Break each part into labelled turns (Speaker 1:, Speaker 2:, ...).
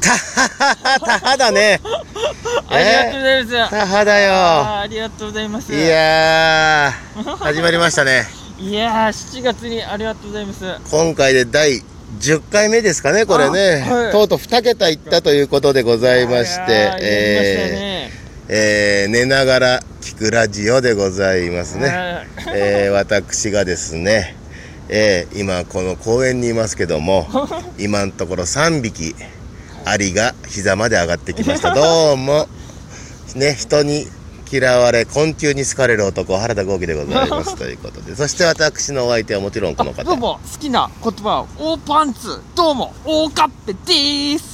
Speaker 1: たははたはだね。
Speaker 2: ありがとうございます。
Speaker 1: たはだよ。
Speaker 2: あーありがとうございます。
Speaker 1: いやー、始まりましたね。
Speaker 2: いやー、7月にありがとうございます。
Speaker 1: 今回で第10回目ですかね、これね。
Speaker 2: あはい
Speaker 1: とうとう2桁いったということでございまし
Speaker 2: い
Speaker 1: て
Speaker 2: や、ー
Speaker 1: えーえー寝ながら聞くラジオでございます
Speaker 2: やりまし
Speaker 1: ね。
Speaker 2: たね。
Speaker 1: えー私がですね、えー今この公園にいますけども、 今のところ3匹、アリが膝まで上がってきました。どうも。ね、人に嫌われ、昆虫に好かれる男、原田豪樹でござい ます。ということで。そして私のお相手はもちろんこの
Speaker 2: あど
Speaker 1: 方。
Speaker 2: うも、好きな言葉は、オーパンツ、どうも、オーカッペでーす。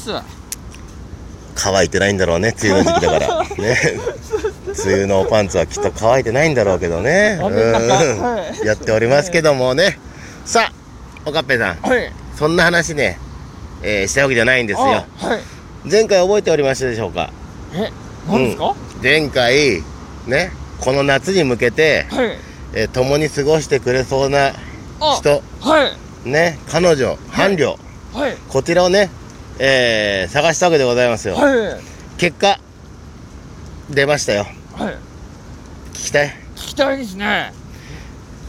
Speaker 1: 乾いてないんだろうね、梅雨の時期だ から。ね。梅雨のおパンツはきっと乾いてないんだろうけどね。
Speaker 2: あ
Speaker 1: うん
Speaker 2: れなんかは
Speaker 1: やっておりますけどもね。さあ、おかっぺさん。
Speaker 2: はい。
Speaker 1: そんな話ね、えーしたわけじゃないんですよ。
Speaker 2: あはい。
Speaker 1: 前回覚えておりましたでしょうか
Speaker 2: え、何ですか、
Speaker 1: 前回、ね、この夏に向けて、
Speaker 2: はい。
Speaker 1: えー共に過ごしてくれそうな
Speaker 2: あ、
Speaker 1: 人、
Speaker 2: はい。
Speaker 1: ね、彼女、伴侶、
Speaker 2: はい。
Speaker 1: こちらをね、えー探したわけでございますよ。
Speaker 2: はい。
Speaker 1: 結果、出ましたよ。
Speaker 2: はい。
Speaker 1: 聞きたい
Speaker 2: 聞きたいですね。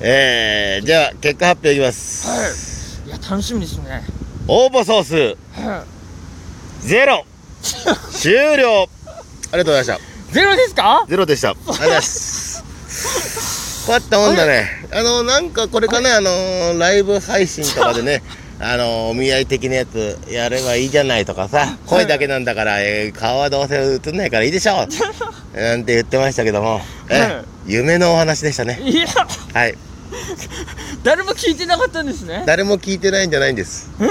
Speaker 1: えー、じゃあ、結果発表いきます。
Speaker 2: はい。いや、楽しみですね。
Speaker 1: 応募総数、
Speaker 2: は
Speaker 1: ゼロ終了ありがとうございました。
Speaker 2: いゼロですか
Speaker 1: ゼロでした。ありがとうございます。困ったもんだね。あの、なんかこれかね、あのー、ライブ配信とかで ね、あのー、お見合い的なやつやればいいじゃないとかさ、声だけなんだから、えー顔はどうせ映んないからいいでしょ う。なんて言ってましたけども、え
Speaker 2: は、
Speaker 1: 夢のお話でしたね。
Speaker 2: いや、
Speaker 1: はい。
Speaker 2: 誰も聞いてなかったんですね。
Speaker 1: 誰も聞いてないんじゃないんです。
Speaker 2: え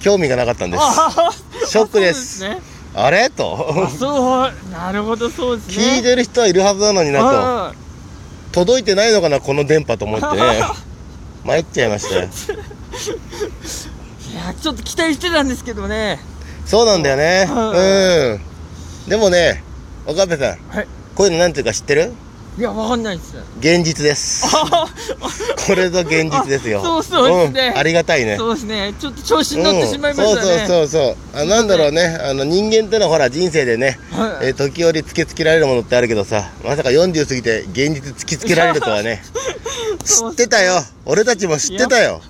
Speaker 1: 興味がなかったんです。
Speaker 2: あ
Speaker 1: ショックです
Speaker 2: そうね
Speaker 1: あれ
Speaker 2: あ
Speaker 1: と。
Speaker 2: そうなるほどそうですね
Speaker 1: 聞いてる人はいるはずなのになと。
Speaker 2: あ
Speaker 1: 届いてないのかな、この電波と思って ね。参っちゃいましたよ。
Speaker 2: いやちょっと期待してたんですけどね
Speaker 1: そうなんだよね。うん。でもね、岡部さん、
Speaker 2: はい
Speaker 1: こういうのなんていうか知ってる
Speaker 2: いやわかんな いです
Speaker 1: 現実です。
Speaker 2: あ
Speaker 1: これぞ現実ですよ。
Speaker 2: あそうそうですね
Speaker 1: んありがたいね。
Speaker 2: そうですねちょっと調子に乗ってしまいましたね、
Speaker 1: うんそうそうそうそうあなんだろうねあの人間ってのはほら人生でね、
Speaker 2: はい
Speaker 1: えー時折突きつけられるものってあるけどさまさか40過ぎて現実突きつけられるとは ね知
Speaker 2: そう
Speaker 1: ってたよ俺たちも知ってたよ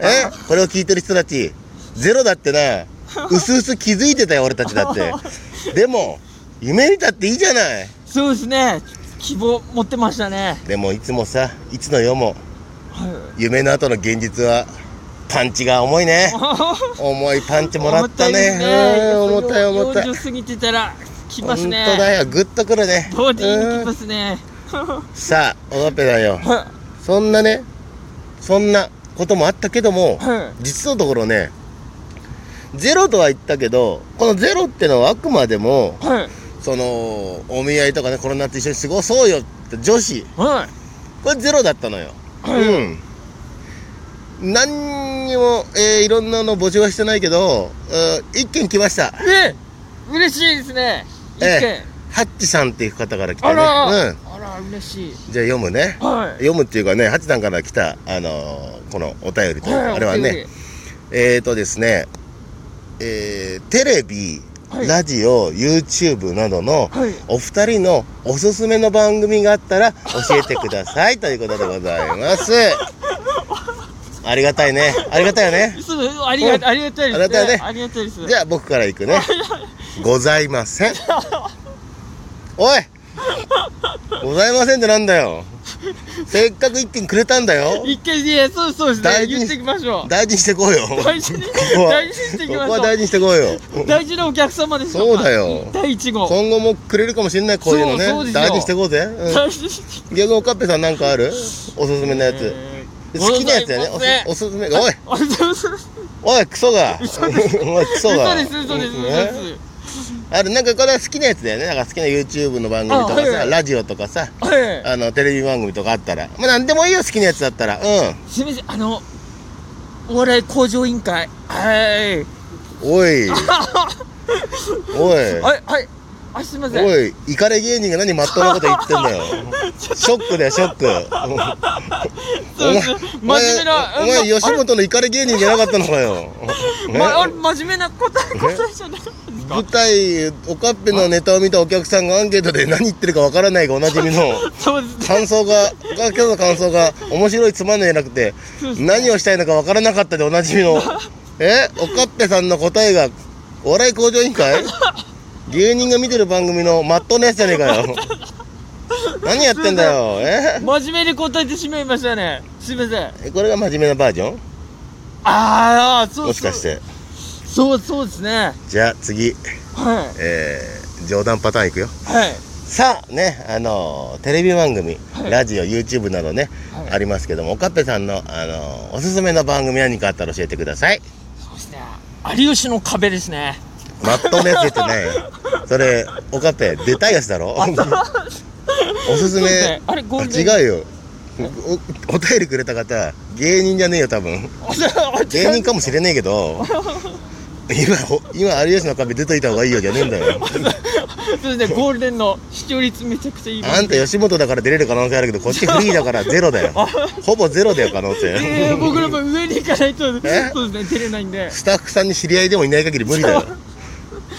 Speaker 1: えこれを聞いてる人たちゼロだって なうすうす気づいてたよ俺たちだってでも夢見たっていいじゃない
Speaker 2: そうですね希望持ってまし たね
Speaker 1: でもいつもさいつの世も
Speaker 2: は
Speaker 1: 夢の後の現実はパンチが重い ね重いパンチ
Speaker 2: い
Speaker 1: も らったねうん
Speaker 2: 重
Speaker 1: 重た
Speaker 2: た
Speaker 1: い
Speaker 2: い
Speaker 1: 重たい
Speaker 2: ですね40過ぎてたら来ますね
Speaker 1: 本当だよ、グッとくるね。
Speaker 2: ボディーに来
Speaker 1: う
Speaker 2: ま
Speaker 1: ん
Speaker 2: すね
Speaker 1: さあ、オガペだよ。
Speaker 2: は
Speaker 1: そんなね、そんなこともあったけども
Speaker 2: い、は
Speaker 1: 実のところね、ゼロとは言ったけど、このゼロってのはあくまでも、
Speaker 2: いはい
Speaker 1: その、お見合いとかね、この夏一緒に過ごそうよって女子、
Speaker 2: はい
Speaker 1: これゼロだったのよ。
Speaker 2: はい
Speaker 1: うん。何にも、えーいろんなの募集はしてないけど、うん一件来ました。
Speaker 2: え嬉しいですね一見、
Speaker 1: えハッチさんっていう方から来て
Speaker 2: あ
Speaker 1: ね。
Speaker 2: ら、
Speaker 1: うん。
Speaker 2: あら嬉しい
Speaker 1: じゃあ読むね。
Speaker 2: はい
Speaker 1: 読むっていうかね、ハチさんから来た、あのーこのお便りというか、あれはね、えーとですね、えーテレビ、
Speaker 2: はい
Speaker 1: ラジオ、YouTube などの、
Speaker 2: はい
Speaker 1: お二人のおすすめの番組があったら教えてくださ いということでございます。ありがたいね。ありがたいよね。
Speaker 2: すぐありが、
Speaker 1: うん
Speaker 2: ありがたいですね
Speaker 1: ありがたいね
Speaker 2: ありがたいです
Speaker 1: じゃあ僕から行くね。ございません。おいございませんってなんだ よ。せっかく一件くれたんだよ。
Speaker 2: 一回いやそうそうですね
Speaker 1: 大事に
Speaker 2: 言っていきましょう
Speaker 1: 大事にしてこうよ。
Speaker 2: 大事に
Speaker 1: ここは
Speaker 2: 大事にしていきましょ
Speaker 1: こ
Speaker 2: う
Speaker 1: こは大事にしてこうよ。
Speaker 2: 大事なお客様ですから
Speaker 1: そうだよ
Speaker 2: 第一号
Speaker 1: 今後もくれるかもしれない、こういうのね。
Speaker 2: そうそうですよ
Speaker 1: 大事にしてこうぜ。うん
Speaker 2: 大事にして
Speaker 1: 逆におかっぺさんなんかあるおすすめのやつ。
Speaker 2: えー
Speaker 1: 好きなやつやね。
Speaker 2: ご
Speaker 1: お
Speaker 2: ざい
Speaker 1: すおすすめ。おい
Speaker 2: ませんあそうです
Speaker 1: おい、クソ が おい、クソが
Speaker 2: 嘘です嘘です嘘
Speaker 1: ね
Speaker 2: です
Speaker 1: あれ、なんかこれは好きなやつだよね。なんか好きな YouTube の番組と
Speaker 2: あ
Speaker 1: か
Speaker 2: はいは
Speaker 1: さ、
Speaker 2: い
Speaker 1: ラジオとかさ、
Speaker 2: は
Speaker 1: あの、テレビ番組とかあったら。まあ、なんでもいいよ、好きなやつだったら。うん。
Speaker 2: いすみませんあのお笑い向上委員会はい
Speaker 1: おい。おい。
Speaker 2: はいはいあすいません
Speaker 1: おいイカレ芸人が何まっとうなこと言ってん だよショックだよショック
Speaker 2: そうです
Speaker 1: お前
Speaker 2: 真面目な
Speaker 1: お前お
Speaker 2: うん
Speaker 1: 前吉本のイカレ芸人じゃなかったのかよね
Speaker 2: ま、あれ真面目な答え答えじゃないですか
Speaker 1: 舞台おかっぺのネタを見たお客さんがアンケートで何言ってるかわからないがおなじみの
Speaker 2: そうです
Speaker 1: 感想が今日の感想が面白いつまんねえなくて何をしたいのかわからなかったでおなじみ のえおかっぺさんの答えがお笑い向上委員会芸人が見てる番組のマットなやつじゃねえか よ何やってんだよえ
Speaker 2: 真面目に答えてしまいましたねすいません
Speaker 1: えこれが真面目なバージョン
Speaker 2: ああそう
Speaker 1: もしかして
Speaker 2: そうそうですね
Speaker 1: じゃあ次、
Speaker 2: は
Speaker 1: えー冗談パターンいくよ
Speaker 2: いはい
Speaker 1: さあねあのーテレビ番組、
Speaker 2: はい
Speaker 1: ラジオ YouTube などね、
Speaker 2: はい
Speaker 1: ありますけどもおかっぺさんの、あのーおすすめの番組何かあったら教えてください
Speaker 2: そうですね有吉の壁ですね
Speaker 1: マットなやつってないそれおかっぺ出たいやつだろ おすす
Speaker 2: そうです
Speaker 1: め
Speaker 2: ねあれゴールデン
Speaker 1: あ違うよおお便りくれた方芸人じゃねえよ多分芸人かもしれねえけ ど今ほ今有吉の壁出といた方がいいよじゃねえんだよ
Speaker 2: そうですねゴールデンの視聴率めちゃくちゃいい
Speaker 1: あんた吉本だから出れる可能性あるけどこっちフリーだからゼロだ よほぼゼロだよ可能性
Speaker 2: えー、僕らも上に行かないと
Speaker 1: え
Speaker 2: そうですね出れないんで
Speaker 1: スタッフさんに知り合いでもいない限り無理だよ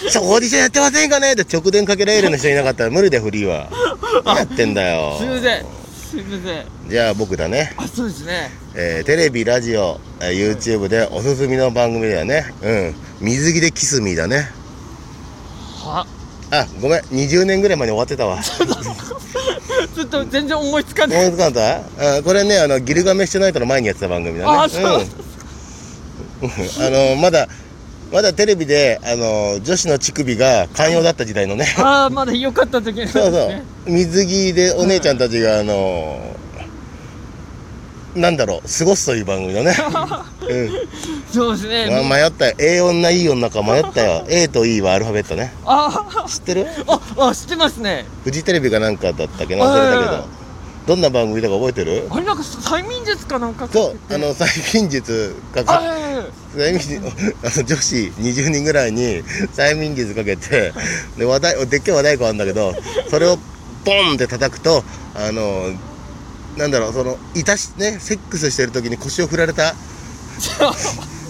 Speaker 1: そうオーディションやってませんかねって直電かけられるの人いなかったら無理だよフリーは何やってんだよ
Speaker 2: すいませんすいません
Speaker 1: じゃあ僕だね、
Speaker 2: あそうですね
Speaker 1: えーテレビラジオ、えー YouTube でおすすめの番組だよねうん水着でキスミーだね
Speaker 2: は
Speaker 1: あごめん20年ぐらい前に終わってたわ
Speaker 2: ちょっと全然思いつかない
Speaker 1: 思いつかんかったうんこれねあのギルガメッシュナイトの前にやってた番組だね
Speaker 2: あそうなん
Speaker 1: ん あのまだまだテレビであの女子の乳首が寛容だった時代のね
Speaker 2: ああまだ良かった時なんですね
Speaker 1: そうそう水着でお姉ちゃんたちがあのなんだろう過ごすという番組 だね、
Speaker 2: そうですね、
Speaker 1: うん、ま迷ったよええ女いい女か迷ったよ A と E はアルファベットね
Speaker 2: あ
Speaker 1: 知ってる
Speaker 2: ああ知ってますね
Speaker 1: フジテレビかなんかだったっけな忘れたけ
Speaker 2: はい
Speaker 1: どどんな番組だか覚えてる
Speaker 2: あれなんか催眠術かなんかかけて
Speaker 1: そうあの催眠術か
Speaker 2: あ
Speaker 1: か
Speaker 2: はいはいはい
Speaker 1: 催眠術あの女子20人ぐらいに催眠術かけてで和太でっけえ和太鼓あるんだけどそれをボンって叩くとあのなんだろうそのいたしねセックスしてる時に腰を振られた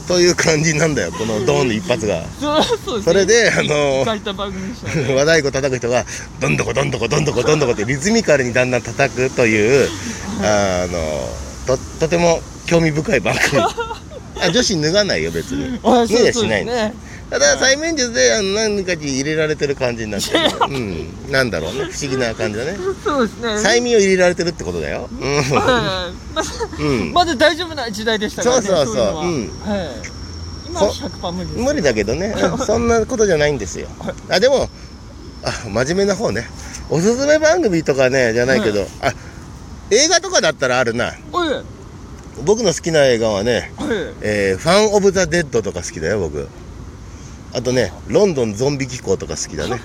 Speaker 1: という感じなんだよこのドーンの一発が。
Speaker 2: そうそうです
Speaker 1: それであの
Speaker 2: 書いた番組でしたね
Speaker 1: 和太鼓叩く人がどんどこどんどこどんどこどんどこってリズミカルにだんだん叩くというあのととても興味深い番組あ女子脱がないよ別に
Speaker 2: あそう
Speaker 1: 脱い
Speaker 2: で
Speaker 1: ですしないの
Speaker 2: ね
Speaker 1: ただ催眠術であの何かに入れられてる感じにな ってるうんなんだろうね不思議な感じだね
Speaker 2: そうですね
Speaker 1: 催眠を入れられてるってことだよう
Speaker 2: はい まだ
Speaker 1: ん、うん、
Speaker 2: まだ大丈夫な時代でしたからね
Speaker 1: そうそうそう
Speaker 2: いのは
Speaker 1: うん
Speaker 2: はい今は100%無理です
Speaker 1: 無理だけど ねうんそんなことじゃないんですよあでもあ真面目な方ねおすすめ番組とかねじゃないけど、あ映画とかだったらあるな
Speaker 2: おいおい
Speaker 1: 僕の好きな映画はね、
Speaker 2: は
Speaker 1: えーファン・オブ・ザ・デッドとか好きだよ僕あとねロンドンゾンビ機構とか好きだ ね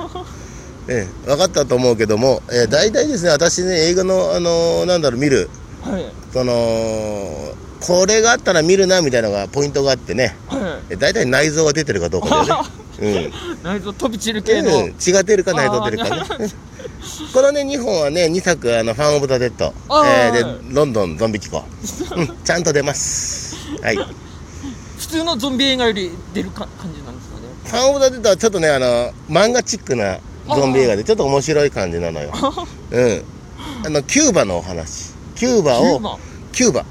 Speaker 1: ええ分かったと思うけども、えー、大体ですね私ね映画の、あのーなんだろう見る
Speaker 2: い
Speaker 1: そのこれがあったら見るなみたいなのがポイントがあってね
Speaker 2: は
Speaker 1: え大体内臓が出てるかどうかだよね
Speaker 2: い 内臓飛び散る
Speaker 1: う
Speaker 2: 系
Speaker 1: ん、
Speaker 2: の
Speaker 1: うん、血が出るか内臓出るかね
Speaker 2: あ
Speaker 1: このね2本はね2作あの「ファン・オブ・ザ・デッド」
Speaker 2: あー
Speaker 1: えーで「ロンドンゾンビ機構」うん、ちゃんと出ますはい
Speaker 2: 普通のゾンビ映画より出るか感じなんですかね
Speaker 1: ファン・オブ・ザ・デッドはちょっとねあの漫画チックなゾンビ映画でちょっと面白い感じなのようんあのキューバのお話キューバ
Speaker 2: 9
Speaker 1: を
Speaker 2: 番
Speaker 1: キューバ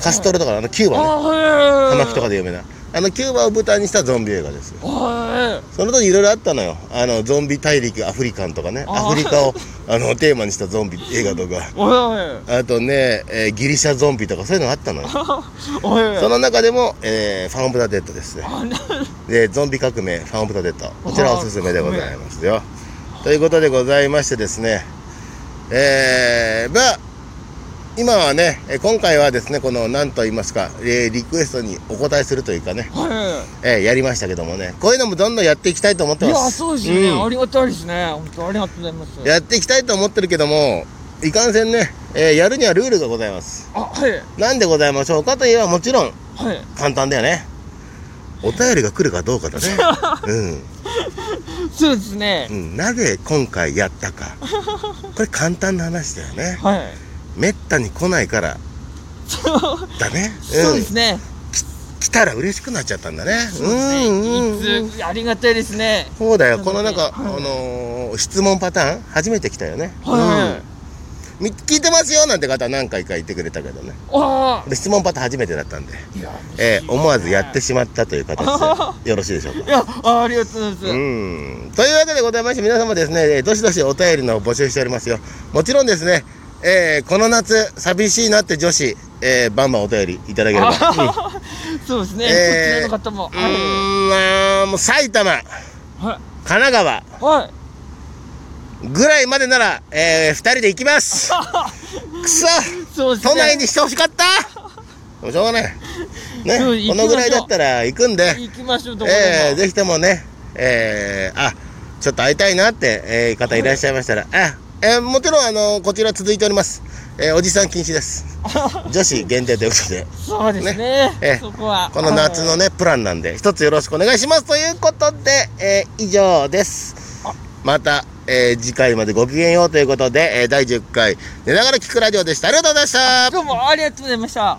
Speaker 1: カストロとかあのキュー
Speaker 2: あ
Speaker 1: バね
Speaker 2: はい
Speaker 1: 葉巻とかで有名なあのキューバを舞台にしたゾンビ映画です
Speaker 2: は
Speaker 1: その時いろいろあったのよあのゾンビ大陸アフリカンとかね
Speaker 2: あー
Speaker 1: アフリカを あのテーマにしたゾンビ映画とか
Speaker 2: いは
Speaker 1: あとね、えーギリシャゾンビとかそういうのがあったのよ
Speaker 2: いはい
Speaker 1: その中でも、えーファン・オブ・ザ・デッドですね
Speaker 2: あな
Speaker 1: でゾンビ革命ファン・オブ・ザ・デッドこちらおすすめでございますよということでございましてですねえー、まあ今はねえー今回はですねこの何と言いますか、えーリクエストにお答えするというかね、
Speaker 2: は
Speaker 1: えーやりましたけどもねこういうのもどんどんやっていきたいと思っ
Speaker 2: い
Speaker 1: て
Speaker 2: い
Speaker 1: ます
Speaker 2: やそうですね、
Speaker 1: ん
Speaker 2: ありがたいですね本当ありがとうございます
Speaker 1: やっていきたいと思ってるけどもいかんせんね、えーやるにはルールがございます
Speaker 2: あはい
Speaker 1: なんでございましょうかといえばもちろん
Speaker 2: はい
Speaker 1: 簡単だよねお便りが来るかどうかだねうん
Speaker 2: そうですね
Speaker 1: う。ん、なぜ今回やった かこれ簡単な話だよね
Speaker 2: はい。
Speaker 1: めったに来ないから
Speaker 2: そう
Speaker 1: だね、ん、
Speaker 2: そうですね。
Speaker 1: 来たら嬉しくなっちゃったんだね
Speaker 2: そうですね
Speaker 1: うんうんうん
Speaker 2: いつありがたいですね。
Speaker 1: そうだよこの
Speaker 2: な
Speaker 1: な
Speaker 2: の
Speaker 1: ん
Speaker 2: で
Speaker 1: か、
Speaker 2: はい
Speaker 1: あのー質問パターン初めて来たよね、
Speaker 2: はい。
Speaker 1: うんみ聞いてますよなんて方何回か言ってくれたけどね
Speaker 2: ああ。
Speaker 1: で質問パターン初めてだったんで、
Speaker 2: いや
Speaker 1: えー思わずやってしまったという形 でよろしいでしょうか
Speaker 2: いやあありがとうございます。
Speaker 1: うんというわけでございまして皆様ですね、えーどしどしお便りの募集しておりますよもちろんですね、えーこの夏寂しいなって女子、えーバンバンお便りいただければ、うん、う
Speaker 2: そうですね。
Speaker 1: えー
Speaker 2: こちらの方も。は
Speaker 1: ーんまあもう埼玉
Speaker 2: い。はい。
Speaker 1: 神奈川
Speaker 2: はい。
Speaker 1: ぐらいまでなら、え2人で行きますくそ
Speaker 2: そうですね。
Speaker 1: 都内にしてほしかったでもしょうがない
Speaker 2: そう
Speaker 1: ねこ
Speaker 2: 行きましょう
Speaker 1: のぐらいだったら行くんで
Speaker 2: 行きましょうどこでも。
Speaker 1: えー、ぜひともね、えー、あちょっと会いたいなって、えー方いらっしゃいましたら、あえーもちろんあのこちら続いております、えーおじさん禁止です 女子限定ということで
Speaker 2: そうですね。
Speaker 1: ねええ
Speaker 2: そこは。
Speaker 1: この夏のねプランなんで一つよろしくお願いしますということで、えー以上です
Speaker 2: あ
Speaker 1: また、えー次回までごきげんようということで、えー第10回「寝ながら聞くラジオ」でしたありがとうございました
Speaker 2: はい。どうもありがとうございました。